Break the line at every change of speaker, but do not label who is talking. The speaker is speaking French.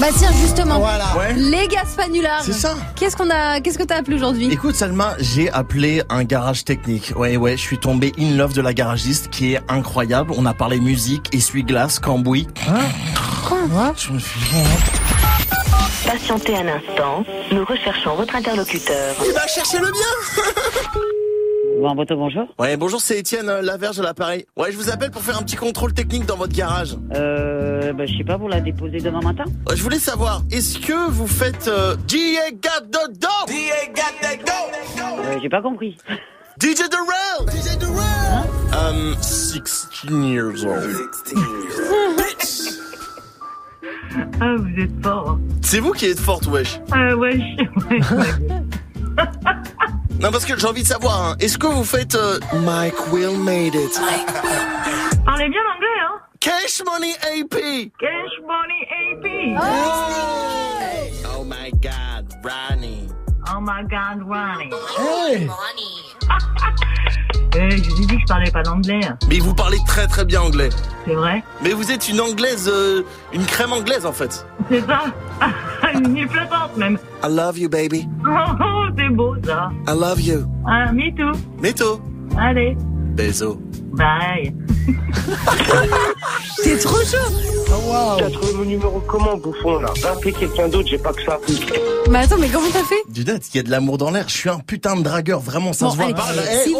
Bah tiens justement,
Voilà.
Ouais.
les Gaspanulars.
C'est ça.
Qu'est-ce qu'on a, qu'est-ce que t'as appelé aujourd'hui
Écoute Salma, j'ai appelé un garage technique. Ouais ouais, je suis tombé in love de la garagiste qui est incroyable. On a parlé musique, essuie-glace, cambouis. Je me suis-
Patientez un instant, nous recherchons votre interlocuteur.
Il va chercher le bien.
Bon, Boto, bonjour.
Ouais, bonjour, c'est Étienne euh, Laverge à l'appareil. Ouais, je vous appelle pour faire un petit contrôle technique dans votre garage.
Euh, bah, je sais pas, vous la déposez demain matin
Euh, Je voulais savoir, est-ce que vous faites euh, DJ Got the Dog
euh, J'ai pas compris.
DJ Durrell DJ Durrell Um, 16 years old.
Ah, vous êtes fort.
C'est vous qui êtes forte, wesh.
Ah, ouais, je- ouais.
Non, parce que j'ai envie de savoir, hein, est-ce que vous faites euh, Mike Will Made It
Parlez bien l'anglais, hein
Cash Money AP
Cash Money AP.
Oh my god, Ronnie
Oh my God, Ronnie. Euh, je vous ai dit que je parlais pas d'anglais. hein.
Mais vous parlez très très bien anglais.
C'est vrai
Mais vous êtes une anglaise, euh, une crème anglaise en fait.
C'est ça Une nuit flottante, même.
I love you baby,
Oh, c'est beau, ça.
I love you.
Ah, me too.
Méto
Allez,
Beso.
bye.
C'est trop chaud.
T'as trouvé mon numéro comment, bouffon, là Va appeler quelqu'un d'autre, j'ai pas que ça.
Mais Bah attends, mais comment t'as fait
Dudette, il y a de l'amour dans l'air, je suis un putain de dragueur, vraiment ça
Bon,
se voit.
allez,
Parle-
si
Eh,
vous